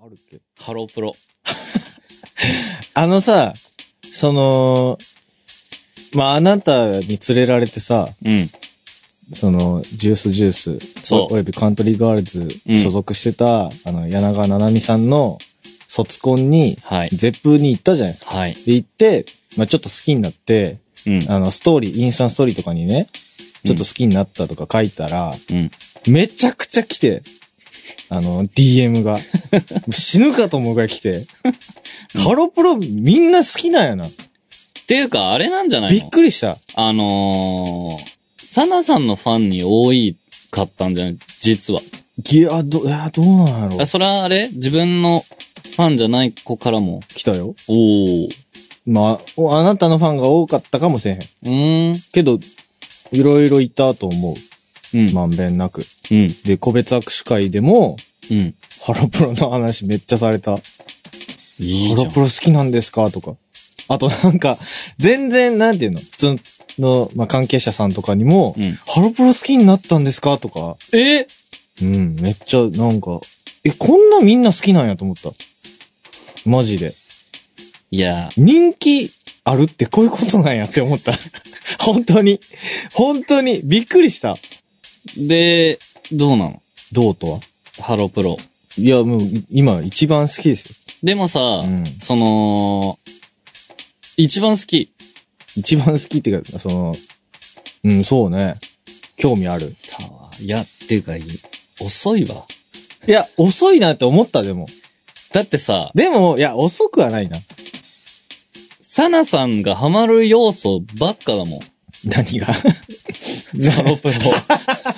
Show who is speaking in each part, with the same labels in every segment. Speaker 1: あるっけ
Speaker 2: ハロープロ。
Speaker 3: あのさ、その、まあ、あなたに連れられてさ、
Speaker 2: うん。
Speaker 3: その、ジュースジュース、
Speaker 2: そう
Speaker 3: おおよびカントリーガールズ
Speaker 2: うん
Speaker 3: 所属してた、あの、柳川七海さんの卒コンに、
Speaker 2: はい。
Speaker 3: ゼップに行ったじゃないですか。
Speaker 2: はい。
Speaker 3: で、行って、まあ、ちょっと好きになって、
Speaker 2: うん。
Speaker 3: あの、ストーリー、インスタントストーリーとかにね、ちょっと好きになったとか書いたら、
Speaker 2: うん。
Speaker 3: めちゃくちゃ来て、あの、DM が。死ぬかと思うぐらい来て。ハロプロみんな好きなんやな。
Speaker 2: っていうか、あれなんじゃない
Speaker 3: び
Speaker 2: の
Speaker 3: っくりした。
Speaker 2: あのー、サナさんのファンに多いかったんじゃない実は。
Speaker 3: いや、ど、いや、どうなんやろ
Speaker 2: あ。それはあれ自分のファンじゃない子からも。
Speaker 3: 来たよ。
Speaker 2: おー。
Speaker 3: まあお、あなたのファンが多かったかもしれへん。
Speaker 2: うーん。
Speaker 3: けど、いろいろいたと思
Speaker 2: うん。
Speaker 3: う。まんべんなく。
Speaker 2: うん。
Speaker 3: で、個別握手会でも、
Speaker 2: うん。
Speaker 3: ハロプロの話めっちゃされた。
Speaker 2: いい
Speaker 3: ハ
Speaker 2: じ
Speaker 3: ロ
Speaker 2: ゃん
Speaker 3: プ。ロ好きなんですかとか。あとなんか、全然、なんていうの普通の、まあ、関係者さんとかにも、
Speaker 2: うん
Speaker 3: ハロプロ好きになったんですかとか。
Speaker 2: え
Speaker 3: うん、めっちゃ、なんか、え、こんなみんな好きなんやと思った。マジで。
Speaker 2: いや、
Speaker 3: 人気あるってこういうことなんやって思った。 本当に。本当に。びっくりした。
Speaker 2: で、どうなの
Speaker 3: どうとは
Speaker 2: ハロプロ。
Speaker 3: いや、もう、今一番好きですよ。
Speaker 2: でもさ、
Speaker 3: ん
Speaker 2: その、一番好き。
Speaker 3: 一番好きっていうか、その、うん、そうね。興味ある。
Speaker 2: たわいや、っていうか、い遅いわ。
Speaker 3: いや、遅いなって思った、でも。
Speaker 2: だってさ、
Speaker 3: でも、いや、遅くはないな。
Speaker 2: サナさんがハマる要素ばっかだもん。
Speaker 3: 何が
Speaker 2: ハロプロ。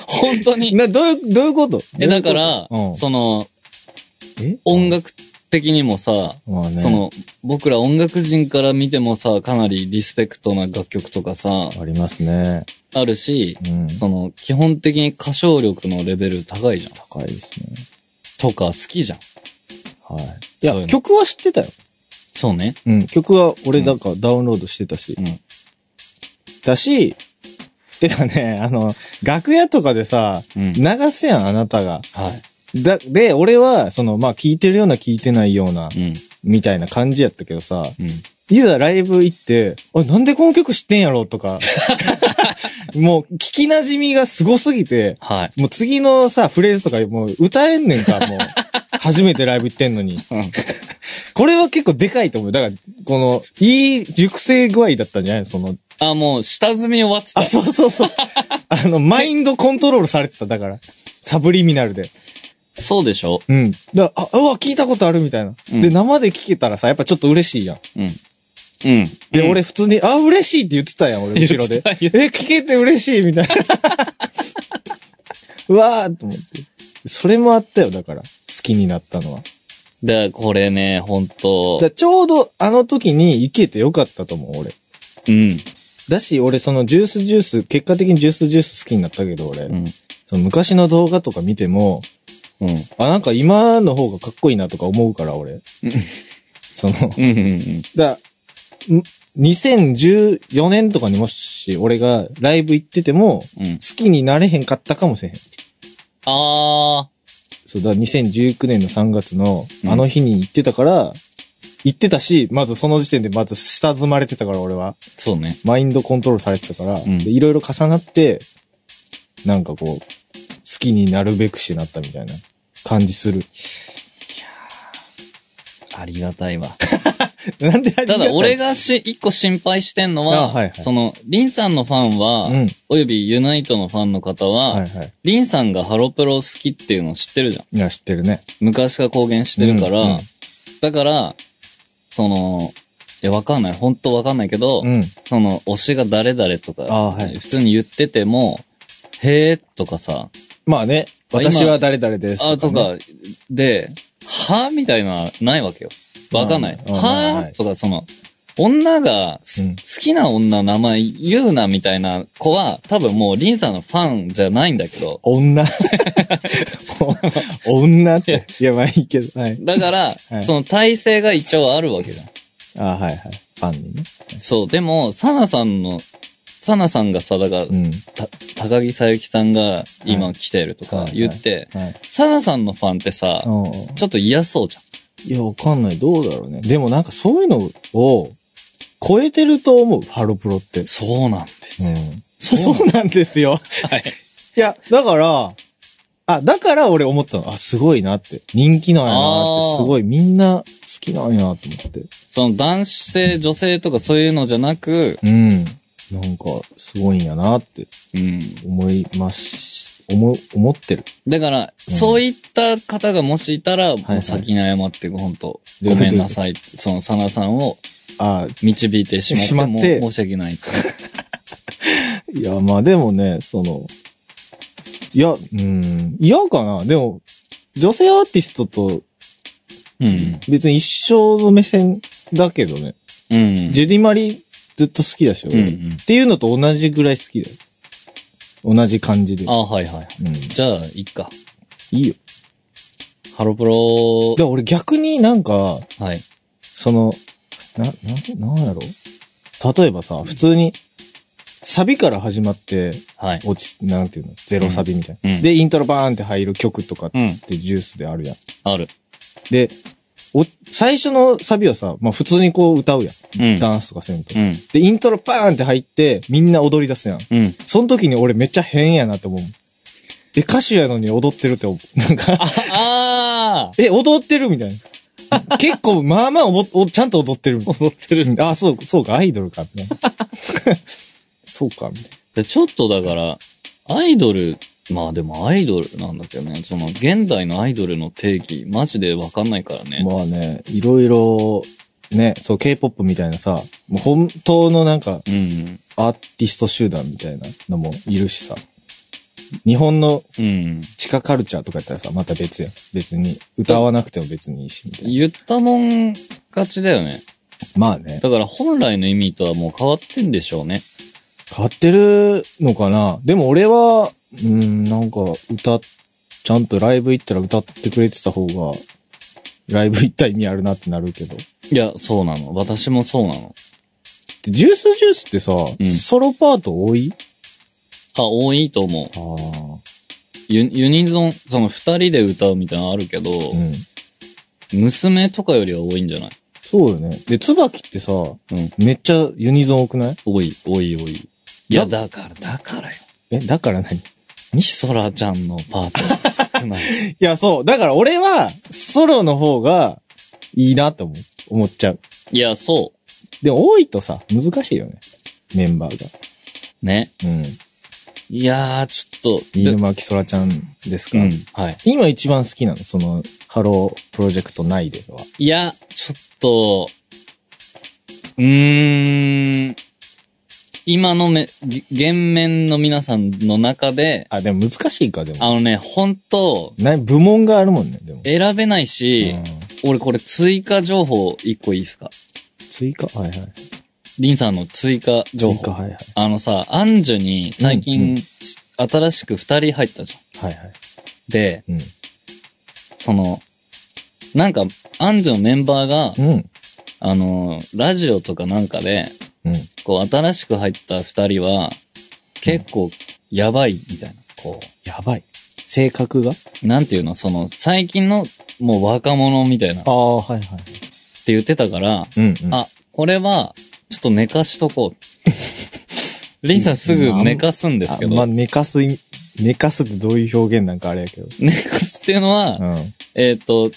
Speaker 2: 本当に。
Speaker 3: な、どういう、どういうこと
Speaker 2: え、だから、
Speaker 3: うん
Speaker 2: その、
Speaker 3: え
Speaker 2: 音楽的にもさ、
Speaker 3: まあね
Speaker 2: その、僕ら音楽人から見てもさ、かなりリスペクトな楽曲とかさ、
Speaker 3: ありますね。
Speaker 2: あるし、
Speaker 3: うん。
Speaker 2: その、基本的に歌唱力のレベル高いじゃん。
Speaker 3: 高いですね。
Speaker 2: とか好きじゃん。
Speaker 3: はい。い
Speaker 2: いや
Speaker 3: や、曲は知ってたよ。
Speaker 2: そうね。
Speaker 3: うん。曲は俺なんかダウンロードしてたし。
Speaker 2: うん。
Speaker 3: だし、てかね、あの、楽屋とかでさ、
Speaker 2: うん
Speaker 3: 流すやん、あなたが。
Speaker 2: はい。
Speaker 3: だ、で、俺は、その、まあ、聞いてるような聞いてないような、
Speaker 2: うん。
Speaker 3: みたいな感じやったけどさ、
Speaker 2: うん。
Speaker 3: いざライブ行って、あ、なんでこの曲知ってんやろと か、もう聞き馴染みがすごすぎて、
Speaker 2: はい。
Speaker 3: もう次のさ、フレーズとかもう歌えんねんか、もう。初めてライブ行ってんのに。
Speaker 2: うん
Speaker 3: これは結構でかいと思う。だから、この、いい熟成具合だったんじゃないのその、
Speaker 2: あ、もう、下積み終わってた
Speaker 3: あ、。そうそうそう。 あの、マインドコントロールされてた、だから。サブリミナルで。
Speaker 2: そうでしょ
Speaker 3: うん。だからあ、うわ、聞いたことあるみたいな。
Speaker 2: うん
Speaker 3: で、生で聞けたらさ、やっぱちょっと嬉しいやん。
Speaker 2: うん。うん。
Speaker 3: で、
Speaker 2: うん
Speaker 3: 俺普通に、あ、嬉しいって言ってたやん、俺、後ろで。
Speaker 2: 言って
Speaker 3: え、聞けて嬉しい、みたいな。 うわーと思って。それもあったよ、だから。好きになったのは。
Speaker 2: だからこれね、ほんと
Speaker 3: だか。らちょうどあの時に生きてよかったと思う、俺。
Speaker 2: うん。
Speaker 3: だし、俺そのジュースジュース、結果的にジュースジュース好きになったけど、俺。
Speaker 2: うん。
Speaker 3: その昔の動画とか見ても、
Speaker 2: うん。
Speaker 3: あ、なんか今の方がかっこいいなとか思うから、俺。その、
Speaker 2: うん。うん。
Speaker 3: だ、ん2014年とかにもし、俺がライブ行ってても、
Speaker 2: うん
Speaker 3: 好。きになれへんかったかもしれへん。
Speaker 2: あ
Speaker 3: そうだ、2019年の3月の
Speaker 2: う、ん
Speaker 3: あの日に行ってたから、行ってたし、まずその時点でまず下積まれてたから、俺は。
Speaker 2: ー、そうね。
Speaker 3: マインドコントロールされてたから、
Speaker 2: うん
Speaker 3: でいろいろ重なって、なんかこう、好きになるべくしてなったみたいな感じする。
Speaker 2: ありがたいわ。
Speaker 3: なんでた
Speaker 2: ただ俺
Speaker 3: が、
Speaker 2: がし、一個心配してんのは、
Speaker 3: あはいはい
Speaker 2: その、リンさんのファンは、
Speaker 3: うん。
Speaker 2: およびユナイトのファンの方は、
Speaker 3: はいはい。
Speaker 2: リンさんがハロプロ好きっていうのを知ってるじゃん。
Speaker 3: いや、知ってるね。
Speaker 2: 昔から公言してるから、
Speaker 3: うんうん
Speaker 2: だから、その、いや、わかんない。本当わかんないけど、
Speaker 3: うん。
Speaker 2: その、推しが誰々とか、
Speaker 3: あはい
Speaker 2: 普通に言ってても、へえとかさ、
Speaker 3: まあね、
Speaker 2: まあ
Speaker 3: 私は誰々です
Speaker 2: あと
Speaker 3: ね。
Speaker 2: か、で、はみたいな、ないわけよ。わかんない。
Speaker 3: うんうんな
Speaker 2: はいとか、その、女がす、
Speaker 3: うん
Speaker 2: 好きな女の名前言うなみたいな子は、多分もう、リンさんのファンじゃないんだけど。
Speaker 3: 女。 女 って。いや、まあいいけど。はい。
Speaker 2: だから、
Speaker 3: はい
Speaker 2: その体制が一応あるわけじゃん。
Speaker 3: あはいはい。ファンにね。
Speaker 2: そう、でも、サナさんの、サナさんがさ、だから、
Speaker 3: うん。
Speaker 2: た高木さゆきさんが今来てるとか
Speaker 3: はい
Speaker 2: 言って、
Speaker 3: はい。
Speaker 2: サナさんのファンってさ、
Speaker 3: うん。
Speaker 2: ちょっと嫌そうじゃん。
Speaker 3: いや、わかんない。どうだろうね。でもなんかそういうのを超えてると思う。ハロプロって。
Speaker 2: そうなんですよ。
Speaker 3: そそうなんですよ。
Speaker 2: はい。
Speaker 3: いや、だから、あ、だから俺思ったの。あ、すごいなって。人気なんやなっ
Speaker 2: あー
Speaker 3: て。すごい、みんな好きなんやなと思って。
Speaker 2: その男性、女性とかそういうのじゃなく、
Speaker 3: うん。なんか、すごいんやなって
Speaker 2: うん。
Speaker 3: 思います。思、思ってる。
Speaker 2: だから、
Speaker 3: うん
Speaker 2: そういった方がもしいたら、も
Speaker 3: は
Speaker 2: う
Speaker 3: い
Speaker 2: 先に謝って、ほんと、
Speaker 3: どうい
Speaker 2: ご
Speaker 3: うこと
Speaker 2: めんなさい。そのサナさんを
Speaker 3: あ
Speaker 2: 導いてしまって、
Speaker 3: しまって
Speaker 2: もう申し訳ない。
Speaker 3: いや、まあでもね、その、いや、うん、嫌かな。でも、女性アーティストと
Speaker 2: うん。
Speaker 3: 別に一生の目線だけどね。
Speaker 2: うん。
Speaker 3: ジェディマリずっと好きだし、
Speaker 2: うん
Speaker 3: 俺
Speaker 2: う
Speaker 3: っ
Speaker 2: ん。
Speaker 3: ていうのと同じぐらい好きだよ。同じ感じで。
Speaker 2: あ、はいはい。
Speaker 3: うん、
Speaker 2: じゃあ、いっか。
Speaker 3: いいよ。
Speaker 2: ハロプロ
Speaker 3: で、、俺逆になんか、
Speaker 2: はい。
Speaker 3: その、な、な、なんやろ例えばさ、普通に、サビから始まって、
Speaker 2: はい。
Speaker 3: 落ち、なんていうのゼロサビみたいな。
Speaker 2: うんうん
Speaker 3: で、イントロバーンって入る曲とかっ
Speaker 2: うん。
Speaker 3: てジュースであるやん。
Speaker 2: ある。
Speaker 3: で、お、最初のサビはさ、まあ普通にこう歌うやん。
Speaker 2: うん。
Speaker 3: ダンスとかせんと。
Speaker 2: うん。
Speaker 3: で、イントロバーンって入って、みんな踊り出すやん。
Speaker 2: うん。
Speaker 3: その時に俺めっちゃ変やなって思う。え、歌手やのに踊ってるって思う。なんか、
Speaker 2: ああ
Speaker 3: え、踊ってるみたいな。結構、まあまあおお、ちゃんと踊ってるみたいな。
Speaker 2: 踊ってる。
Speaker 3: うんあ、そう、そうか、アイドルかってね。 そうか、みたい
Speaker 2: で、ちょっとだから、アイドル、まあでもアイドルなんだけどね、その現代のアイドルの定義、マジでわかんないからね。
Speaker 3: な。まあね、いろいろ、ね、そう、K-POP みたいなさ、もう本当のなんか、
Speaker 2: うん。
Speaker 3: アーティスト集団みたいなのもいるしさ。日本の
Speaker 2: うん。
Speaker 3: 地下カルチャーとかやったらさ、また別やん。別に、歌わなくても別にいいし、みたいな。
Speaker 2: 言ったもん勝ちだよね。
Speaker 3: まあね、
Speaker 2: だから本来の意味とはもう変わってんでしょうね。
Speaker 3: 変わってるのかなでも俺は、うん、なんか、歌、ちゃんとライブ行ったら歌ってくれてた方が、ライブ行った意味あるなってなるけど。
Speaker 2: いや、そうなの。私もそうなの。
Speaker 3: でジュースジュースってさ、
Speaker 2: ん
Speaker 3: ソロパート多い
Speaker 2: あ、多いと思う。
Speaker 3: ああ。
Speaker 2: ユユニゾン、その二人で歌うみたいなのあるけど、
Speaker 3: うん。
Speaker 2: 娘とかよりは多いんじゃない
Speaker 3: そうよね。で、椿ってさ、
Speaker 2: うん。
Speaker 3: めっちゃユニゾン多くない
Speaker 2: 多い、多い、多い。いや、だから、だからよ。
Speaker 3: え、だから何 い
Speaker 2: ミソラちゃんのパート少ない。
Speaker 3: や、そう。だから俺は、ソロの方がいいなと思う。思っちゃう。
Speaker 2: いや、そ
Speaker 3: でも多いとさ、難しいよね。メンバーが。
Speaker 2: う。ね。
Speaker 3: うん。
Speaker 2: いやー、ちょっと。
Speaker 3: 飯
Speaker 2: で
Speaker 3: 沼きそらちゃんです
Speaker 2: う
Speaker 3: か、
Speaker 2: ん。はい。
Speaker 3: 今一番好きなのその、ハロープロジェクト内では。
Speaker 2: いや、ちょっと、うーん。今のめ、げ現面の皆さんの中で、
Speaker 3: あ、でも難しいか、でも。
Speaker 2: あのね、本当
Speaker 3: な部門があるもんね、でも。
Speaker 2: 選べないし
Speaker 3: うん、
Speaker 2: 俺これ追加情報一個いいですか
Speaker 3: 追加はいはい。
Speaker 2: リンさんの追加情
Speaker 3: 追加
Speaker 2: 報。
Speaker 3: はいはい。
Speaker 2: あのさ、アンジュに最
Speaker 3: うん
Speaker 2: 近、し新しく二人入ったじゃん。
Speaker 3: はいはい。
Speaker 2: で、
Speaker 3: うん。
Speaker 2: その、なんか、アンジュのメンバーが、
Speaker 3: うん。
Speaker 2: あの、ラジオとかなんかで、
Speaker 3: うん。
Speaker 2: こう、新しく入った二人は、結構、やばい、みたいな。こ
Speaker 3: やばい。性格が
Speaker 2: う、なんていうの、その、最近の、もう若者みたいな、って
Speaker 3: ああ、はいはい。
Speaker 2: 言ってたから、
Speaker 3: うん、あ、
Speaker 2: あ、これは、ちょっと寝かしとこ う。リンさんすぐ寝かすんですけど、
Speaker 3: まあ、寝かすい、寝かすってどういう表現なんかあれやけど。
Speaker 2: 寝かすっていうのは、
Speaker 3: うん。
Speaker 2: えっ、と、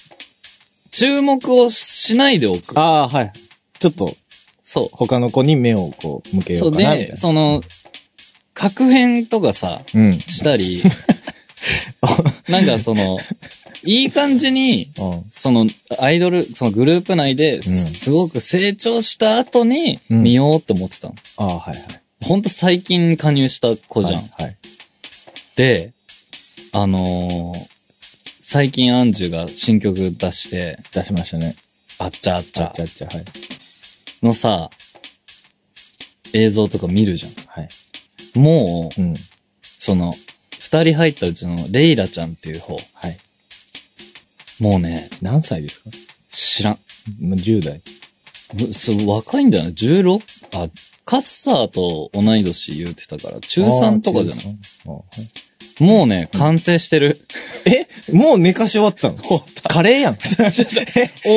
Speaker 2: 注目をしないでおく。
Speaker 3: ああー、はい。ちょっと、
Speaker 2: そう。
Speaker 3: 他の子に目をこう、向けよ
Speaker 2: そうう
Speaker 3: かな、みたい
Speaker 2: で、
Speaker 3: な。
Speaker 2: その、格変とかさ、
Speaker 3: うん。
Speaker 2: し たり、なんかその、いい感じに、
Speaker 3: うん。
Speaker 2: その、アイドル、そのグループ内で
Speaker 3: うん
Speaker 2: す、すごく成長した後に、
Speaker 3: うん
Speaker 2: 見ようって思ってたの。
Speaker 3: ああ、はいはい。
Speaker 2: ほんと最近加入した子じゃ
Speaker 3: は
Speaker 2: ん。
Speaker 3: いはい。
Speaker 2: で、あのー最近アンジュが新曲出して、
Speaker 3: 出しましたね。
Speaker 2: あっちゃあっち
Speaker 3: ちゃ
Speaker 2: ゃ
Speaker 3: っちゃっちゃ、はい。
Speaker 2: のさ、映像とか見るじゃ
Speaker 3: はい。
Speaker 2: ん。もう、
Speaker 3: うん。
Speaker 2: その、二人入ったうちのレイラちゃんっていう方。
Speaker 3: はい。
Speaker 2: もうね、
Speaker 3: 何歳ですか
Speaker 2: 知らん。
Speaker 3: まあ10代。
Speaker 2: ぶす若いんだよね。16? あ、カッサーと同い年言うてたから、中3とかじゃない
Speaker 3: い
Speaker 2: もうね、完成してる。
Speaker 3: えもう寝かし終わったの
Speaker 2: 終わった
Speaker 3: カ レーやん。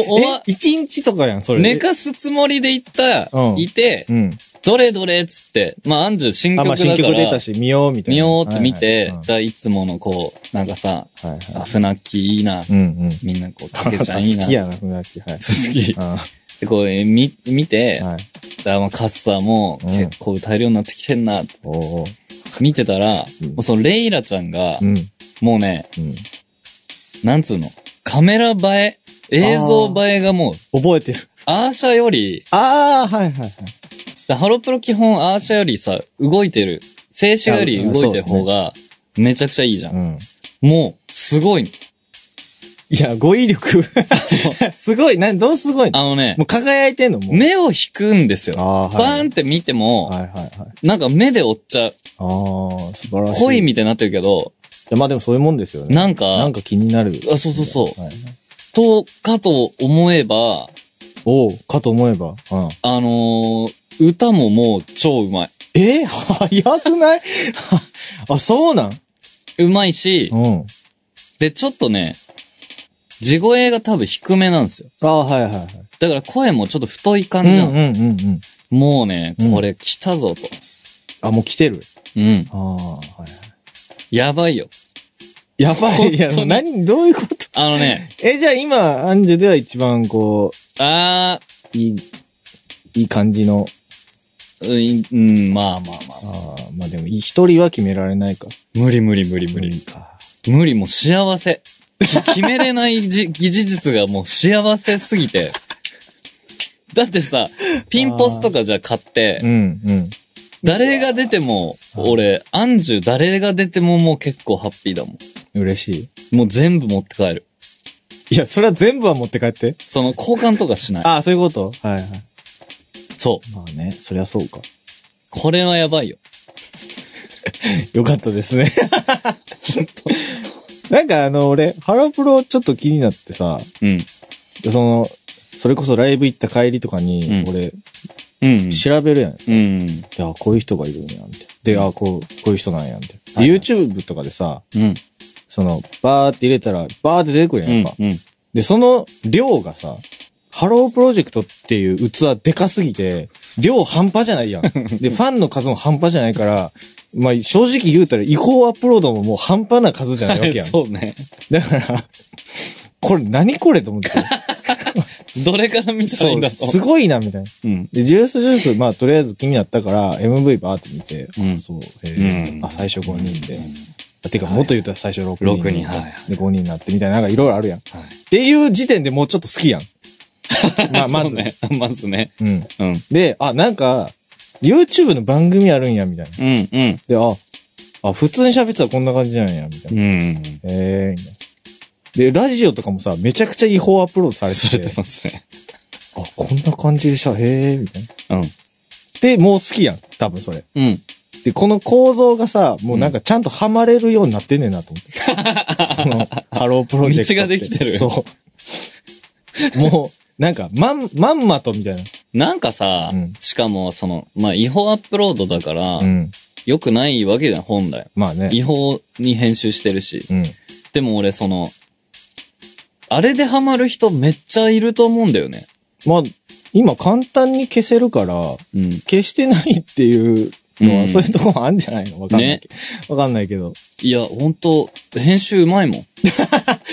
Speaker 2: お、おわ
Speaker 3: え、、一日とかやん、それ。
Speaker 2: 寝かすつもりで行った、
Speaker 3: うん
Speaker 2: いて、
Speaker 3: うん。
Speaker 2: どれどれっつって、まあ、アンジュ新
Speaker 3: あ、
Speaker 2: 曲
Speaker 3: まあ、
Speaker 2: だか
Speaker 3: 新
Speaker 2: ら、
Speaker 3: 曲出たし、見よう、みたい
Speaker 2: 見
Speaker 3: な。
Speaker 2: ようって見て、
Speaker 3: はいはい
Speaker 2: だいつものこう、なんかさ、
Speaker 3: はいはい
Speaker 2: あ、船木いいな、
Speaker 3: うんうん。
Speaker 2: みんな こう、かけちゃんいいな。
Speaker 3: 好きやな、船木。はい。
Speaker 2: 好き。
Speaker 3: うん
Speaker 2: で、こう、えみ、見て、
Speaker 3: はい。
Speaker 2: だからまあカッサーも
Speaker 3: うん
Speaker 2: 結構歌えるようになってきてんな、
Speaker 3: おうおう。
Speaker 2: 見てたら、
Speaker 3: うん
Speaker 2: もうそのレイラちゃんが
Speaker 3: う、ん。うん。
Speaker 2: もうね、なんつうの、カメラ映え、映像映えがもう、
Speaker 3: 覚えてる。
Speaker 2: アーシャより、
Speaker 3: ああ、はいはいはい。
Speaker 2: だハロプロ基本アーシャよりさ、動いてる、静止画より動いてる方が、めちゃくちゃいいじゃん。
Speaker 3: ん。
Speaker 2: もう、すごいの。
Speaker 3: いや、語彙 力。すごい、な、どうすごいの
Speaker 2: あのね
Speaker 3: も、う輝いてんのもう。
Speaker 2: 目を引くんですよ。
Speaker 3: ああ、
Speaker 2: バ
Speaker 3: はい。
Speaker 2: ーンって見ても、
Speaker 3: はいはいはい。
Speaker 2: なんか目で追っちゃう。
Speaker 3: ああ、素晴らしい。
Speaker 2: 恋
Speaker 3: い
Speaker 2: みたいになってるけど、
Speaker 3: や、まあでもそういうもんですよね。
Speaker 2: なんか
Speaker 3: なんか気になる。
Speaker 2: あそうそうそう
Speaker 3: はいはい
Speaker 2: と、かと思えば、
Speaker 3: おう、かと思えば。うん。
Speaker 2: あのー歌ももう超うまい。
Speaker 3: え 早くない あ、そうなん
Speaker 2: うまいし
Speaker 3: う、ん。
Speaker 2: で、ちょっとね、地声が多分低めなんですよ。
Speaker 3: ああ、はいはいはい。
Speaker 2: だから声もちょっと太い感
Speaker 3: う
Speaker 2: じ
Speaker 3: ん
Speaker 2: なの。
Speaker 3: うんうんうん。
Speaker 2: もうね
Speaker 3: うん、
Speaker 2: これ来たぞと。
Speaker 3: あ、もう来てる。
Speaker 2: うん。
Speaker 3: ああ、はいはい。
Speaker 2: やばいよ。
Speaker 3: やばい。いや
Speaker 2: 本、当に
Speaker 3: 何、どういうこと
Speaker 2: あのね、
Speaker 3: え、じゃあ今、アンジュでは一番こ
Speaker 2: あ
Speaker 3: う、いい、いい感じの、
Speaker 2: ー、うん、うんまあまあまあ。
Speaker 3: ああ、まあでも、一人は決められないか。
Speaker 2: 無理無理無理無理。
Speaker 3: か。
Speaker 2: 無理もう幸せ。き決めれないじ 事実がもう幸せすぎて。だってさ、ピンポスとかじゃ買って
Speaker 3: う、ん、うん。
Speaker 2: 誰が出ても、
Speaker 3: うわ
Speaker 2: 俺、アンジュ誰が出てももう結構ハッピーだも
Speaker 3: 嬉し
Speaker 2: ん。もう全部持って帰る。
Speaker 3: い。いや、それは全部は持って帰って。
Speaker 2: その交換とかしない。
Speaker 3: ああ、そういうことはいはい。
Speaker 2: そう。
Speaker 3: まあね、そりゃそうか。
Speaker 2: これはやばいよ。
Speaker 3: よかったですね。なんかあの、俺、ハロプロちょっと気になってさ、
Speaker 2: うん。
Speaker 3: その、それこそライブ行った帰りとかに、
Speaker 2: うん
Speaker 3: 俺、
Speaker 2: うん。
Speaker 3: 調べるやん。
Speaker 2: うん。
Speaker 3: で、あ、こういう人がいるんやんって。で、あ、こう、こういう人なんやんって。で
Speaker 2: はいはい
Speaker 3: YouTube とかでさ、
Speaker 2: うん。
Speaker 3: その、バーって入れたら、バーって出てくるやんか。
Speaker 2: うん。
Speaker 3: で、その量がさ、ハロープロジェクトっていう器でかすぎて、量半端じゃないやん。 で、ファンの数も半端じゃないから、まあ正直言うたら違法アップロードももう半端な数じゃないわけやん。
Speaker 2: そうね。
Speaker 3: だから、これ何これと 思って。
Speaker 2: どれから見たらいいんだと
Speaker 3: すごいな、みたいな。
Speaker 2: うん。
Speaker 3: で、ジュースジュース、まあとりあえず気になったから、MV バーって見て、
Speaker 2: うん
Speaker 3: あそう、へー
Speaker 2: うん
Speaker 3: あ、最初5人で
Speaker 2: うん。
Speaker 3: あてか、もっと言うたら最初6人。
Speaker 2: 六人はいはい
Speaker 3: で、5人になってみたいな、なんかいろいろあるやん。っ
Speaker 2: はい
Speaker 3: ていう時点でもうちょっと好きや ん。まあ、ま
Speaker 2: そう
Speaker 3: ず。
Speaker 2: ね。まずね。
Speaker 3: うん。
Speaker 2: うん。
Speaker 3: で、あ、なんか、YouTube の番組あるんや、みたいな。
Speaker 2: うん。うん。
Speaker 3: で、あ、あ、普通に喋ってたらこんな感じなんや、みたいな。
Speaker 2: うん。
Speaker 3: ええー、みたいな。で、ラジオとかもさ、めちゃくちゃ違法アップロードされて
Speaker 2: されて
Speaker 3: て、
Speaker 2: ますね。
Speaker 3: あ、こんな感じでしゃ、へえ、みたいな。
Speaker 2: うん。
Speaker 3: で、もう好きやん、多分それ。
Speaker 2: うん。
Speaker 3: で、この構造がさ、もうなんかちゃんとハマれるようになってんねんなと 思って。その、ハロープロジェクトって。
Speaker 2: 道ができてる
Speaker 3: そう。もう、なんか、まん、まんまとみたいな。
Speaker 2: なんかさ、
Speaker 3: うん
Speaker 2: しかも、その、まあ、違法アップロードだから
Speaker 3: う、ん。
Speaker 2: 良、くないわけじゃん、本来。
Speaker 3: まあね。
Speaker 2: 違法に編集してるし。
Speaker 3: うん。
Speaker 2: でも俺、その、あれでハマる人めっちゃいると思うんだよね。
Speaker 3: まあ、今簡単に消せるから、
Speaker 2: うん。
Speaker 3: 消してないっていうのは、
Speaker 2: うん
Speaker 3: そういうとこもあんじゃないのわかんないけど。わ、かんないけど。
Speaker 2: いや、ほんと、編集うまいもん。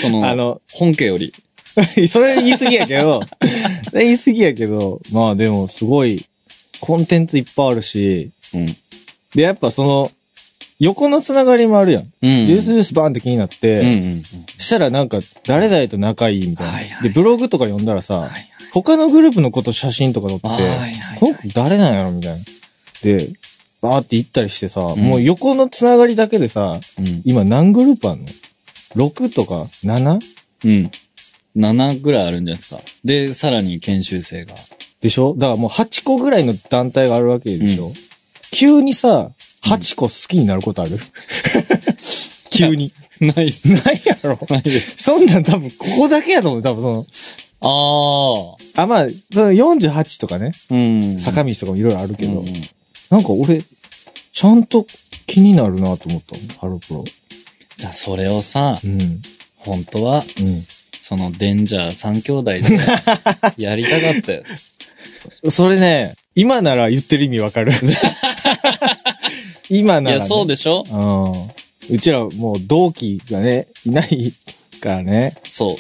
Speaker 2: その、
Speaker 3: あの、
Speaker 2: 本家より。
Speaker 3: それ言い過ぎやけど、 それ言い過ぎやけど、まあでもすごい、コンテンツいっぱいあるし、
Speaker 2: うん。
Speaker 3: で、やっぱその、横のつながりもあるやん。
Speaker 2: うん。
Speaker 3: ジュースジュースバーンって気になっ
Speaker 2: うん
Speaker 3: て、
Speaker 2: うん。
Speaker 3: したらなんか、誰々と仲いいみたいな。
Speaker 2: はいはい
Speaker 3: で、ブログとか読んだらさ、
Speaker 2: はいはい。
Speaker 3: 他のグループのこと写真とか撮ってて、
Speaker 2: はいはい
Speaker 3: この子誰なんやろみたいな。で、バーって行ったりしてさ、
Speaker 2: ん
Speaker 3: もう横のつながりだけでさ、
Speaker 2: うん。
Speaker 3: 今何グループあんの ?6 とか 7?
Speaker 2: うん。7ぐらいあるんじゃないですか。で、さらに研修生が。
Speaker 3: でしょだからもう8個ぐらいの団体があるわけでしょ、
Speaker 2: う
Speaker 3: 急にさ、8個好きになることあ る、急に。
Speaker 2: ないっす。
Speaker 3: ないやろ
Speaker 2: ないです。
Speaker 3: そんなん多分ここだけやと思う。多分その、
Speaker 2: ああ。
Speaker 3: あ、まあ、その48とかね、
Speaker 2: うん。
Speaker 3: 坂道とかもいろいろあるけど、
Speaker 2: うんうん
Speaker 3: なんか俺、ちゃんと気になるなと思ったの、ハロプロ。
Speaker 2: じゃあそれをさ、
Speaker 3: うん。うん。
Speaker 2: 本当は、そのデンジャー三兄弟で やりたかったよ。
Speaker 3: それね、今なら言ってる意味わか る。今
Speaker 2: い
Speaker 3: なら、ね。
Speaker 2: や、そうでしょ
Speaker 3: うん。うちらもう同期がね、いないからね、
Speaker 2: そう。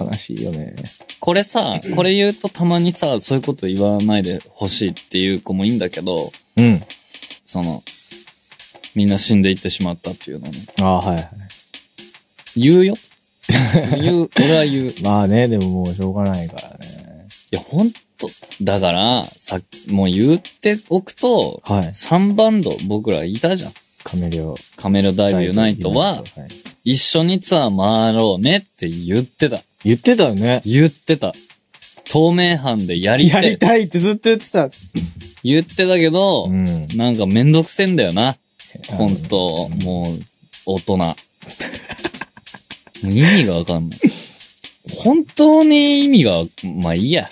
Speaker 3: 悲しいよね。
Speaker 2: これさ、これ言うとたまにさ、そういうこと言わないでほしいっていう子もいいんだけど、
Speaker 3: うん。
Speaker 2: その、みんな死んでいってしまったっていうのね。
Speaker 3: ああ、はいはい。
Speaker 2: 言 うよ。言う、俺は言う。い
Speaker 3: まあね、でももうしょうがないからね。
Speaker 2: や、ほんと、だから、さ、もう言っておくと、
Speaker 3: はい。
Speaker 2: 3バンド僕らいたじゃん。
Speaker 3: カメレオン。
Speaker 2: カメラダイブユナイトは、
Speaker 3: い
Speaker 2: 一緒にツアー回ろうねって言ってた。
Speaker 3: 言ってたよね。
Speaker 2: 言ってた。透明版でやり
Speaker 3: や
Speaker 2: た
Speaker 3: り
Speaker 2: い。
Speaker 3: たいってずっと言ってた。
Speaker 2: 言ってたけど、
Speaker 3: ん。
Speaker 2: なんかめんどくせえんだよな。
Speaker 3: あの
Speaker 2: ほんと、もう、大 人。もう意味がわかんない。本当に意味が、まあいいや。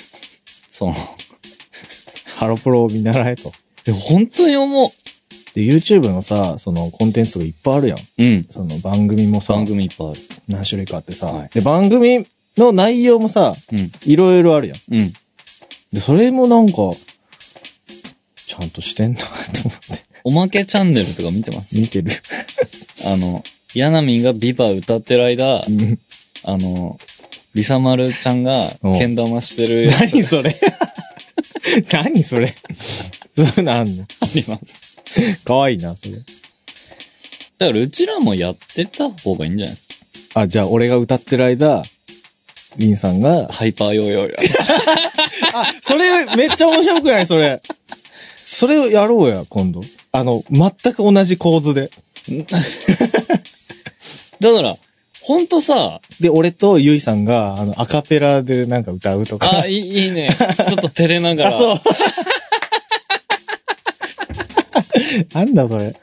Speaker 2: その、
Speaker 3: ハロプロを見習えと。
Speaker 2: で本当に思
Speaker 3: で、YouTube のさ、そのコンテンツがいっぱいあるやん。
Speaker 2: う。うん。
Speaker 3: その番組もさ、
Speaker 2: 番組いっぱいある。
Speaker 3: 何種類かあってさ、
Speaker 2: はい
Speaker 3: で、番組の内容もさ、
Speaker 2: うん。
Speaker 3: いろいろあるやん。
Speaker 2: うん。
Speaker 3: で、それもなんか、ちゃんとしてんなと思って。
Speaker 2: おまけチャンネルとか見てます。
Speaker 3: 見てる。
Speaker 2: あの、ヤナミンがビバ歌ってる
Speaker 3: う
Speaker 2: 間、
Speaker 3: ん
Speaker 2: あの、リサマルちゃんが、
Speaker 3: うん
Speaker 2: けん玉してるやつ
Speaker 3: 何それ 何それそうなんの
Speaker 2: あります。
Speaker 3: かわいいな、それ。
Speaker 2: だから、うちらもやってた方がいいんじゃないですか。
Speaker 3: あ、じゃあ俺が歌ってる間、リンさんが、
Speaker 2: ハイパーヨーヨーや。
Speaker 3: あ、それめっちゃ面白くないそれ。それをやろうや、今度。あの、全く同じ構図で。
Speaker 2: だから、ほんとさ、
Speaker 3: で、俺とゆいさんが、あの、アカペラでなんか歌うとか。
Speaker 2: あ、いいいいね。ちょっと照れなが
Speaker 3: あ、
Speaker 2: ら。
Speaker 3: そう。 なんだそれ。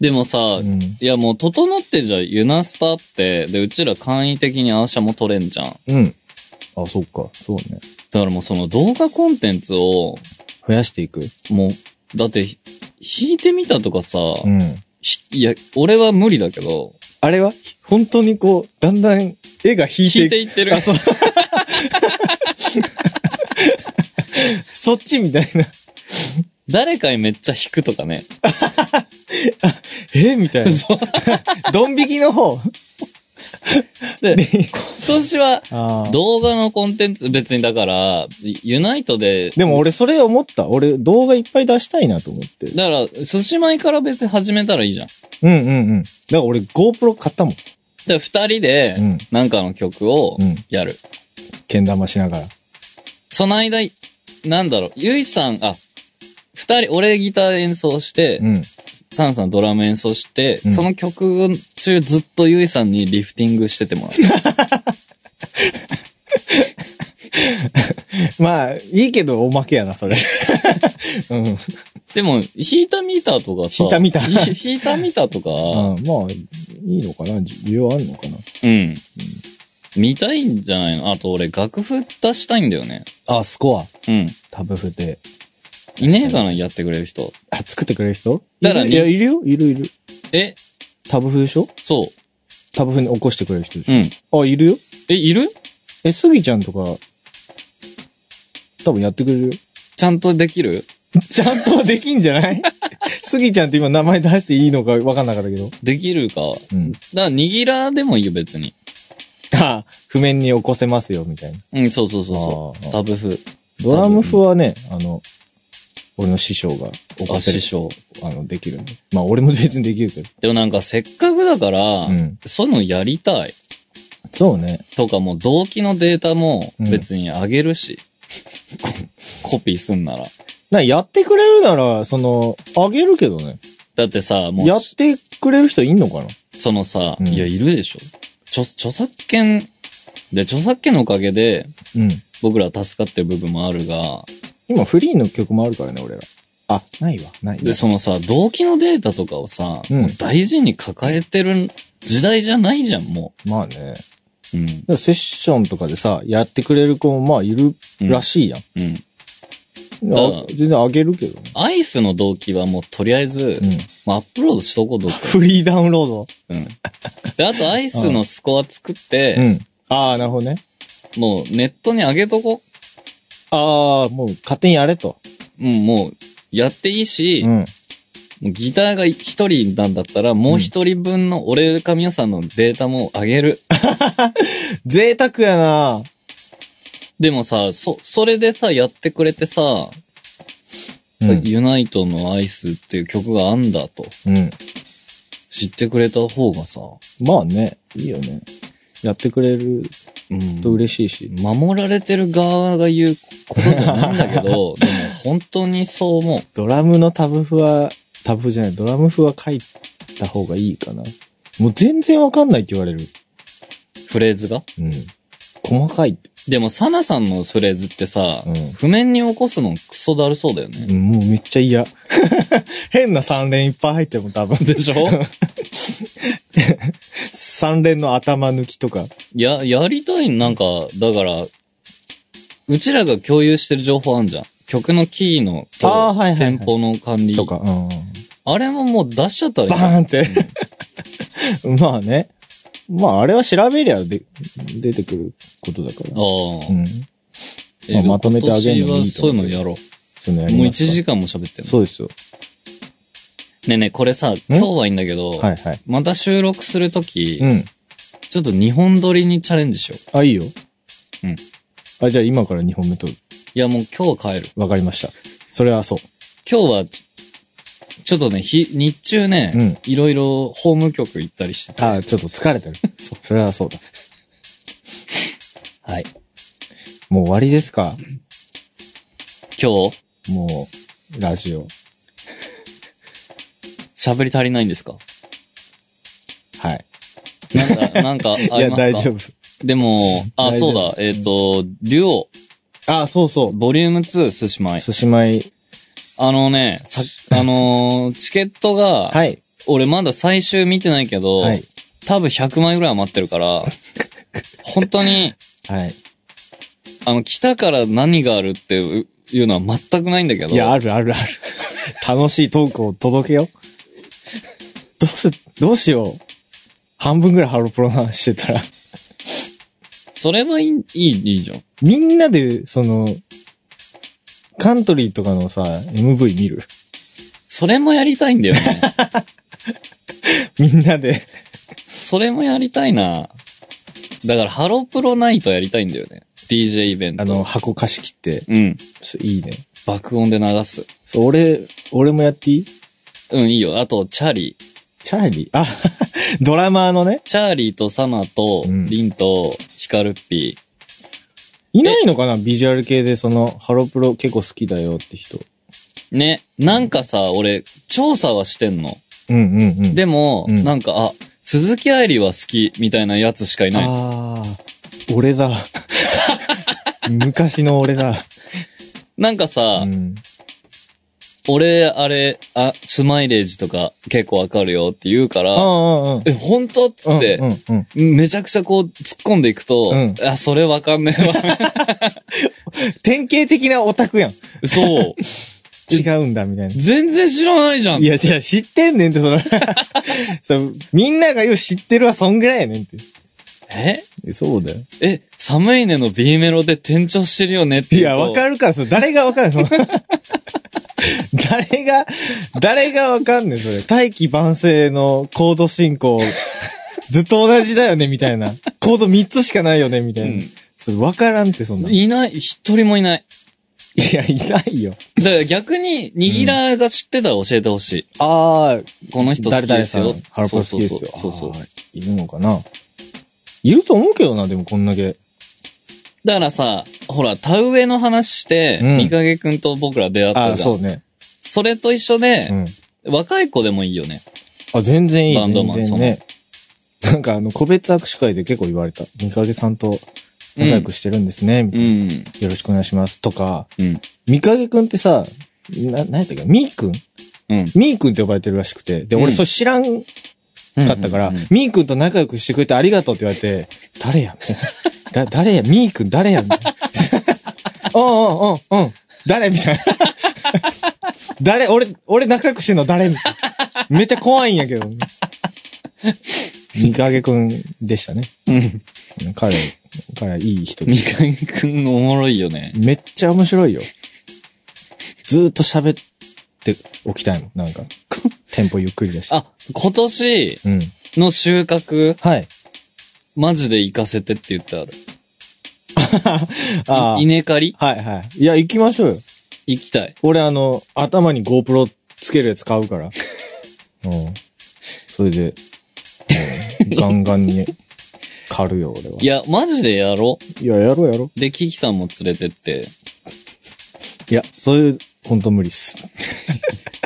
Speaker 2: でもさ、
Speaker 3: うん。
Speaker 2: いやもう整ってんじゃんユナスタって、で、うちら簡易的にアーシャも取れんじゃん。
Speaker 3: うん。あ、そっか。そうね。
Speaker 2: だからもうその動画コンテンツを、
Speaker 3: 増やしていく。
Speaker 2: もう、だって、ひ弾いてみたとかさ、
Speaker 3: うん。
Speaker 2: ひいや、俺は無理だけど、
Speaker 3: あれは本当にこう、だんだん絵が引いてい
Speaker 2: 弾い
Speaker 3: く。
Speaker 2: ていってる
Speaker 3: あ、。そう。そっちみたいな。
Speaker 2: 誰かにめっちゃ弾くとかね。
Speaker 3: えみたいな。 ドン引きの方。
Speaker 2: で、今年は、
Speaker 3: あー
Speaker 2: 動画のコンテンツ、別にだから、ユナイトで、
Speaker 3: でも俺それ思った。俺動画いっぱい出したいなと思って。
Speaker 2: だから、寿司米から別に始めたらいいじゃん。だか
Speaker 3: うんうんうん。だから俺 GoPro 買ったもん。
Speaker 2: ら二人で
Speaker 3: うん、
Speaker 2: なんかの曲を
Speaker 3: うん、
Speaker 2: やる。
Speaker 3: けん玉しながら。
Speaker 2: その間、なんだろう、ゆいさん、あ、二人、俺ギター演奏して、
Speaker 3: うん。
Speaker 2: サンさんドラム演奏して、
Speaker 3: うん
Speaker 2: その曲中ずっとゆいさんにリフティングしててもらう。
Speaker 3: まあ、いいけどおまけやな、それ。 うん。うん。
Speaker 2: でも、弾いたミーターとかさ、
Speaker 3: 弾いたミター
Speaker 2: ひ弾いたミターとか、
Speaker 3: まあ、いいのかな需要あんのかな
Speaker 2: うん。見たいんじゃないのあと俺、楽譜出したいんだよね。
Speaker 3: あ、スコア。
Speaker 2: うん。
Speaker 3: タブフで。
Speaker 2: いねえかな、やってくれる人。
Speaker 3: あ、作ってくれる人
Speaker 2: だから
Speaker 3: いるいや、いるよいるいる。
Speaker 2: え、
Speaker 3: タブフでしょ
Speaker 2: そ
Speaker 3: タブフに起こしてくれる人で
Speaker 2: う。
Speaker 3: し
Speaker 2: うん。
Speaker 3: ょ、あ、いるよ
Speaker 2: え、いる
Speaker 3: え、スギちゃんとか、多分やってくれるよ。
Speaker 2: ちゃんとできる
Speaker 3: ちゃんとできんじゃ ないスギちゃんって今名前出していいのか分かんなかったけど。
Speaker 2: できるか。
Speaker 3: うん。
Speaker 2: だから、にぎらでもいいよ、別に。
Speaker 3: あ、譜面に起こせますよ、みたいな。
Speaker 2: うん、そうそうそうそう
Speaker 3: あ。ー
Speaker 2: タブ譜。
Speaker 3: ドラム譜はね、あの、俺の師匠が起
Speaker 2: あ、
Speaker 3: こせる
Speaker 2: 師。匠。
Speaker 3: あの、できるんで。まあ、俺も別にできるけど。
Speaker 2: でもなんか、せっかくだから、
Speaker 3: うん。
Speaker 2: そういうのやりたい。
Speaker 3: そうね。
Speaker 2: とかもう動機のデータも
Speaker 3: うん
Speaker 2: 別にあげるし。 ココピーすんなら。
Speaker 3: な、やってくれるなら、その、あげるけどね。
Speaker 2: だってさ、も
Speaker 3: やっ
Speaker 2: う、
Speaker 3: てくれる人いんのかな
Speaker 2: そのさ、
Speaker 3: うん
Speaker 2: いや、いるでしょ。著著作権、で、著作権のおかげで
Speaker 3: うん。
Speaker 2: 僕らは助かってる部分もあるが、
Speaker 3: 今、フリーの曲もあるからね、俺ら。あ、ないわ、ないわ。
Speaker 2: で、そのさ、動機のデータとかをさ、
Speaker 3: うん
Speaker 2: もう大事に抱えてる時代じゃないじゃん、も
Speaker 3: まあね。
Speaker 2: う。うん。
Speaker 3: らセッションとかでさ、やってくれる子もまあいるらしいやん。
Speaker 2: うん。
Speaker 3: いや
Speaker 2: だ
Speaker 3: 全然あげるけどね。
Speaker 2: アイスの動機はもうとりあえず、
Speaker 3: うん
Speaker 2: まあ、アップロードしとこうと。
Speaker 3: フリーダウンロード。
Speaker 2: うん。で、あとアイスのスコア作って、
Speaker 3: うん。ああ、なるほどね。
Speaker 2: もうネットに上げとこ
Speaker 3: ああ、もう勝手にやれと。
Speaker 2: う。うん、もう、やっていいし、
Speaker 3: うん。
Speaker 2: もうギターが一人なんだったら、もう一人分の俺か皆さんのデータも上げる。
Speaker 3: 贅沢やな
Speaker 2: でもさ、そ、それでさ、やってくれてさ、
Speaker 3: うん。
Speaker 2: ユナイトのアイスっていう曲があんだと
Speaker 3: うん。
Speaker 2: 知ってくれた方がさ、
Speaker 3: まあね、いいよね。やってくれる
Speaker 2: うん
Speaker 3: と。嬉しいし。
Speaker 2: 守られてる側が言うことじゃないんだ けど、でも本当にそう思う。
Speaker 3: ドラムのタブ譜は、タブ譜じゃない、ドラム譜は書いた方がいいかな。もう全然わかんないって言われる。
Speaker 2: フレーズが。
Speaker 3: うん。細かいって。
Speaker 2: でも、サナさんのフレーズってさ、
Speaker 3: うん
Speaker 2: 譜面に起こすのクソだるそうだよね。
Speaker 3: うんもうめっちゃ嫌。変な3連いっぱい入っても多分。
Speaker 2: でしょ
Speaker 3: 3連の頭抜きとか。
Speaker 2: や、やりたい、なんか、だから、うちらが共有してる情報あんじゃん。曲のキーのと、
Speaker 3: あーはいはいはい
Speaker 2: テンポの管理
Speaker 3: とか。うん。
Speaker 2: あれももう出しちゃったらいい
Speaker 3: バーンって。 まあね。まああれは調べりゃで出てくることだから。
Speaker 2: ああ
Speaker 3: う。ん。
Speaker 2: え
Speaker 3: まあまとめてあげるのいいと思う
Speaker 2: 今年はそういうのやろ
Speaker 3: そのや
Speaker 2: う。
Speaker 3: り
Speaker 2: もう1
Speaker 3: ますか
Speaker 2: 時間も喋ってる。
Speaker 3: そうですよ。
Speaker 2: ねえねえ、これさ、今日はいいんだけど、
Speaker 3: はいはい。
Speaker 2: また収録するとき、
Speaker 3: うん。
Speaker 2: ちょっと日本撮りにチャレンジしよう。
Speaker 3: あ、いいよ。
Speaker 2: うん。
Speaker 3: あ、じゃあ今から2本目と、
Speaker 2: いや、もう今日は帰る。
Speaker 3: わかりました。それはそう。
Speaker 2: 今日はち、ちょっとね、日、日中ね、
Speaker 3: うん
Speaker 2: いろいろ法務局行ったりしてて。
Speaker 3: あ、ちょっと疲 れてる。そう。それはそうだ。
Speaker 2: はい。
Speaker 3: もう終わりですか
Speaker 2: 今日、
Speaker 3: もう、ラジオ。
Speaker 2: 喋り足りないんですか
Speaker 3: はい。
Speaker 2: なんか、なんかあり
Speaker 3: い
Speaker 2: ますか
Speaker 3: や、大丈夫。
Speaker 2: でも、あ、
Speaker 3: 大丈
Speaker 2: そう
Speaker 3: 夫
Speaker 2: だ、えっ、と、デュオ、
Speaker 3: あ、そうそ
Speaker 2: ボリューム2、寿司
Speaker 3: う。
Speaker 2: 米。
Speaker 3: 寿司米。
Speaker 2: あのね、さ、あ のーチケットが、
Speaker 3: はい。
Speaker 2: 俺まだ最終見てないけど、
Speaker 3: はい。
Speaker 2: 多分100枚ぐらい余って るから、本当に、
Speaker 3: はい。
Speaker 2: あの、来たから何があるっていういうのは全くないんだけど、
Speaker 3: いや、あるあるある。 楽しいトークを届けよう。 どうし、どうしよう。半分ぐらいハロプロの話してたら。
Speaker 2: それはいい、いい、いいじゃん。
Speaker 3: みんなで、その、カントリーとかのさ、MV 見る。
Speaker 2: それもやりたいんだ よね。
Speaker 3: みんなで。
Speaker 2: それもやりたいな。だから、ハロプロナイトやりたいんだよね。DJ イベント。
Speaker 3: あの、、箱貸し切って、
Speaker 2: うん。
Speaker 3: そういいね。
Speaker 2: 爆音で流す。
Speaker 3: そう、俺、俺もやっていい
Speaker 2: うん、いいよ。あと、チャーリー。
Speaker 3: チャーリーあ、 ドラマーのね。
Speaker 2: チャーリーとサナと、
Speaker 3: うん
Speaker 2: リンと、ヒカルッピー。
Speaker 3: いないのかなビジュアル系で、その、ハロプロ結構好きだよって人。
Speaker 2: ね。なんかさ、俺、調査はしてんの。
Speaker 3: うんうんうん。、
Speaker 2: でも、
Speaker 3: うん
Speaker 2: なんか、あ、鈴木愛理は好き、みたいなやつしかいない。
Speaker 3: ああ、俺 だ。昔の俺だ。
Speaker 2: なんかさ、
Speaker 3: うん。
Speaker 2: 俺、あれ、あ、スマイレージとか結構わかるよって言うか
Speaker 3: ああ、
Speaker 2: ら、
Speaker 3: ああ。
Speaker 2: え、本当っつ
Speaker 3: うん
Speaker 2: って、
Speaker 3: うんうん。
Speaker 2: めちゃくちゃこう突っ込んでいくと、
Speaker 3: うん
Speaker 2: あ、それわかんね え
Speaker 3: 典型的なオタクやん。
Speaker 2: わ。そう。
Speaker 3: 違うんだ、みたいな。
Speaker 2: 全然知らないじゃん。
Speaker 3: いや、じゃ知ってんねんって、その そう、みんながよう知ってるはそんぐらいやねんって。
Speaker 2: え
Speaker 3: えそうだよ。
Speaker 2: え、寒いねの B メロで転調してるよねって
Speaker 3: い
Speaker 2: 言う
Speaker 3: や、
Speaker 2: と。
Speaker 3: わか
Speaker 2: る。
Speaker 3: るから、それ誰がわかるの 誰が、誰がわかんねん、それ。大気晩成のコード進行、ずっと同じだよね、みたいな。コード3つしかないよね、みたいな。
Speaker 2: うん
Speaker 3: それわからんって、そんなん。い
Speaker 2: いない、一人もいない。
Speaker 3: や、いないよ。
Speaker 2: だから逆に、ニギラが知ってたら教えてほしい。
Speaker 3: ああ、
Speaker 2: この人好
Speaker 3: 誰
Speaker 2: きで
Speaker 3: 々
Speaker 2: す
Speaker 3: さん
Speaker 2: よ。、
Speaker 3: ハロプロ好きですよ。
Speaker 2: そうそうそうそうそう。
Speaker 3: あーいるのかないると思うけどな、でもこんだけ。
Speaker 2: だからさ、ほら、田植えの話して、
Speaker 3: うん
Speaker 2: 三影くんと僕ら出会っ
Speaker 3: あ
Speaker 2: た
Speaker 3: あ、
Speaker 2: じゃん。
Speaker 3: そうね。
Speaker 2: それと一緒で、
Speaker 3: うん。
Speaker 2: 若い子でもいいよね。
Speaker 3: あ、全然いい。
Speaker 2: バンドマン
Speaker 3: 全然ね。なんかあの、個別握手会で結構言われた。三影さんと仲良くしてるんですね、みた
Speaker 2: う
Speaker 3: いな。
Speaker 2: ん。
Speaker 3: よろしくお願いします。とか、
Speaker 2: うん。
Speaker 3: 三影くんってさ、な、何やったっけみーくん
Speaker 2: うん。
Speaker 3: みーくんって呼ばれてるらしくて。で、
Speaker 2: うん
Speaker 3: 俺それ知らんかったから、
Speaker 2: うんうんうん
Speaker 3: みーくんと仲良くしてくれてありがとうって言われて、誰や だ、誰やみーくん誰や うんうんうんうん。誰みたいな。 誰俺、俺仲良くしてんの誰みたいな。めっちゃ怖いんやけど。三影くんでしたね。
Speaker 2: うん。
Speaker 3: 彼、彼いい人で
Speaker 2: 三
Speaker 3: す。
Speaker 2: 上くんおもろいよね。
Speaker 3: めっちゃ面白いよ。ずーっと喋っておきたいもん。なんか、テンポゆっくりだし。
Speaker 2: あ、今年
Speaker 3: うん。
Speaker 2: の収穫、
Speaker 3: はい。
Speaker 2: マジで行かせてって言ってある。
Speaker 3: あー
Speaker 2: 稲刈り
Speaker 3: はいはい。いや、行きましょうよ。
Speaker 2: 行きたい。
Speaker 3: 俺あの、頭に GoPro つけるやつ買う から。うん。それで、うんガンガンに、狩るよ、俺は。
Speaker 2: いや、マジでやろ
Speaker 3: いや、やろうやろう。
Speaker 2: う。で、キキさんも連れてって、
Speaker 3: いや、そういう、ほんと無理っす。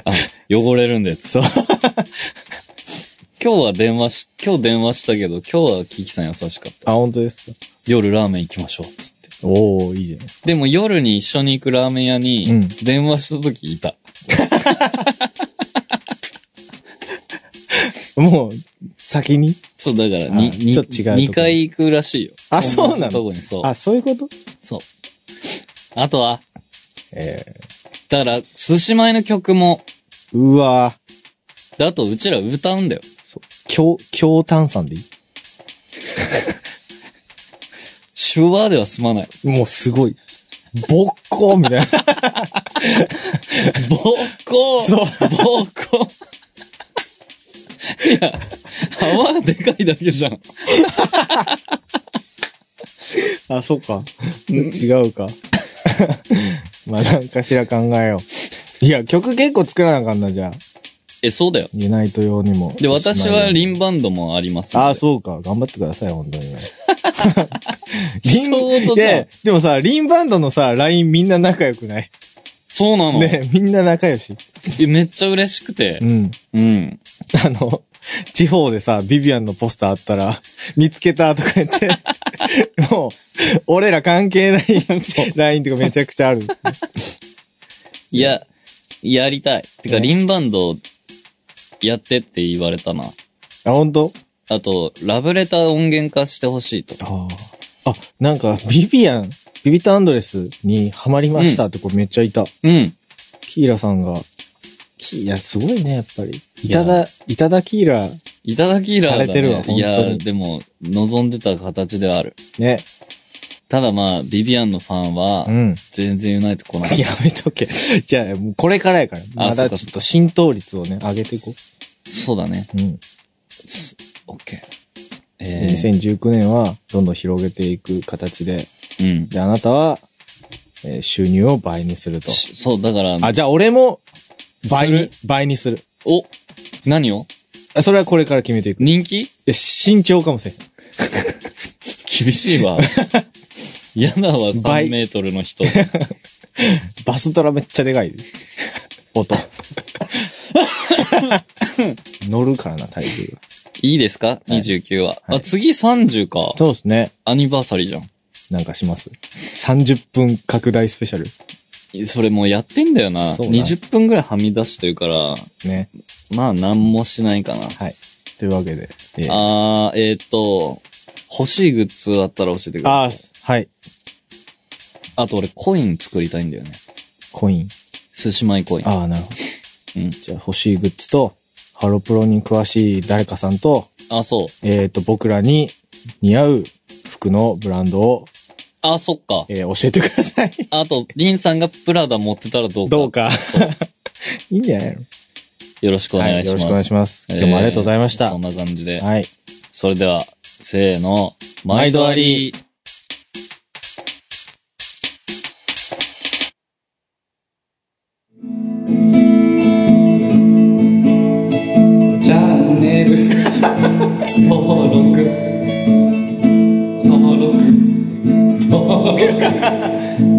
Speaker 2: あ、汚れるんだよ。そう。今日は電話し、今日電話したけど、今日はキキさん優しかった。
Speaker 3: あ、ほんとですか
Speaker 2: 夜ラーメン行きましょう。つって。
Speaker 3: おー、いいじゃないです
Speaker 2: でも夜に一緒に行くラーメン屋
Speaker 3: うん
Speaker 2: に、電話した時いた。
Speaker 3: か。もう、先に
Speaker 2: そう、だから、
Speaker 3: あ
Speaker 2: に、に
Speaker 3: ちょっと違うとこ
Speaker 2: 二回行くらしいよ。
Speaker 3: あそうなの
Speaker 2: とこにそう。
Speaker 3: あ、そういうこと
Speaker 2: そう。あとは、
Speaker 3: え
Speaker 2: だから、寿司前の曲も、
Speaker 3: ー、うわー
Speaker 2: だとうちら歌うんだよ。
Speaker 3: そう。強、強炭酸でいい
Speaker 2: 手話では済まない。
Speaker 3: もうすごい。ぼっこーみたいな。
Speaker 2: ぼっこ。
Speaker 3: そう
Speaker 2: ぼっこいや、泡がでかいだけじゃん。
Speaker 3: あ、そうか。違うか。 まあ、なんかしら考えよう。いや、曲結構作らなあかんな、じゃあ。
Speaker 2: え、そうだよ。
Speaker 3: ユナイト用にも。
Speaker 2: で、私はリン
Speaker 3: バ。
Speaker 2: バンドもありますんで。
Speaker 3: ああ、そうか。頑張ってください、本当 に。リン
Speaker 2: 人事だ
Speaker 3: で、でもさ、リンバンドのさ、LINE みんな仲良くない
Speaker 2: そうなの、
Speaker 3: ね、みんな仲良し。
Speaker 2: えめっちゃ嬉しくて
Speaker 3: う。ん。
Speaker 2: うん。
Speaker 3: あの、地方でさ、ビビアンのポスターあったら、見つけたとか言 って、もう、俺ら関係ない LINE とかめちゃくちゃある。
Speaker 2: いや、やりたい。てか、
Speaker 3: ね
Speaker 2: リンバンド、やってって言われたな。
Speaker 3: あ、本当
Speaker 2: あと、ラブレター音源化してほしいと。
Speaker 3: ああ。あ、なんか、ビビアン、ビビットアンドレスにハマりましたって子めっちゃいた。
Speaker 2: うん。
Speaker 3: キーラさんが、キーラすごいね、やっぱり。いただ、いただキーラ、
Speaker 2: いただきラー
Speaker 3: さ
Speaker 2: だ、ね。
Speaker 3: れてるわ
Speaker 2: い
Speaker 3: 本当
Speaker 2: や、
Speaker 3: に
Speaker 2: でも、望んでた形ではある。
Speaker 3: ね。
Speaker 2: ただまあ、ビビアンのファンは
Speaker 3: う、ん。
Speaker 2: 全然ユナイト来な い。
Speaker 3: やめとけ。じゃあ、もうこれからやから。
Speaker 2: あ
Speaker 3: ま
Speaker 2: そ
Speaker 3: だ
Speaker 2: うか
Speaker 3: ちょっと浸透率をね、上げていこ
Speaker 2: そうだね。
Speaker 3: う。うん。
Speaker 2: オッケー。
Speaker 3: で
Speaker 2: えー、
Speaker 3: 2019年は、どんどん広げていく形で。
Speaker 2: うん。
Speaker 3: で、あなたは、えー収入を倍にすると。
Speaker 2: しそう、だから、
Speaker 3: あ、じゃあ俺も、倍
Speaker 2: す
Speaker 3: に
Speaker 2: る、
Speaker 3: 倍にする。
Speaker 2: お何を
Speaker 3: あそれはこれから決めていく。い
Speaker 2: 人気
Speaker 3: や慎重かもしれん。
Speaker 2: 厳しいわ。 嫌だわ、
Speaker 3: 倍
Speaker 2: 3メートルの人。
Speaker 3: バスドラめっちゃでかい。音。 乗るからな、体重が。
Speaker 2: いいですか ?29 は。
Speaker 3: はい
Speaker 2: あ、次30か。
Speaker 3: そうですね。
Speaker 2: アニバーサリーじゃん
Speaker 3: なんかします。30分拡大スペシャル。
Speaker 2: い。それもうやってんだよな。
Speaker 3: そうだ
Speaker 2: 20分ぐらいはみ出してるから、
Speaker 3: ね。
Speaker 2: まあ、なんもしないかな。
Speaker 3: はい。というわけで。えー
Speaker 2: あー、えっ、と、欲しいグッズあったら教えてくだ
Speaker 3: あ
Speaker 2: さい。
Speaker 3: ー、はい。
Speaker 2: あと俺コイン作りたいんだよね。
Speaker 3: コイン。
Speaker 2: 寿司米コイン。
Speaker 3: ああ、なるほど。
Speaker 2: うん。
Speaker 3: じゃあ欲しいグッズと、ハロプロに詳しい誰かさんと、
Speaker 2: あ、そう。
Speaker 3: えっ、と、僕らに似合う服のブランドを、
Speaker 2: あ、そっか。
Speaker 3: えー教えてください。
Speaker 2: あと、リンさんがプラダ持ってたらどうか。
Speaker 3: どうか。 いいんじゃないの
Speaker 2: よろしくお願
Speaker 3: は
Speaker 2: いします。
Speaker 3: い。よろしくお願いします。
Speaker 2: えー
Speaker 3: 今日もありがとうございました。
Speaker 2: そんな感じで。
Speaker 3: はい。
Speaker 2: それでは、せーの、毎度あり。チャンネル登録登録登録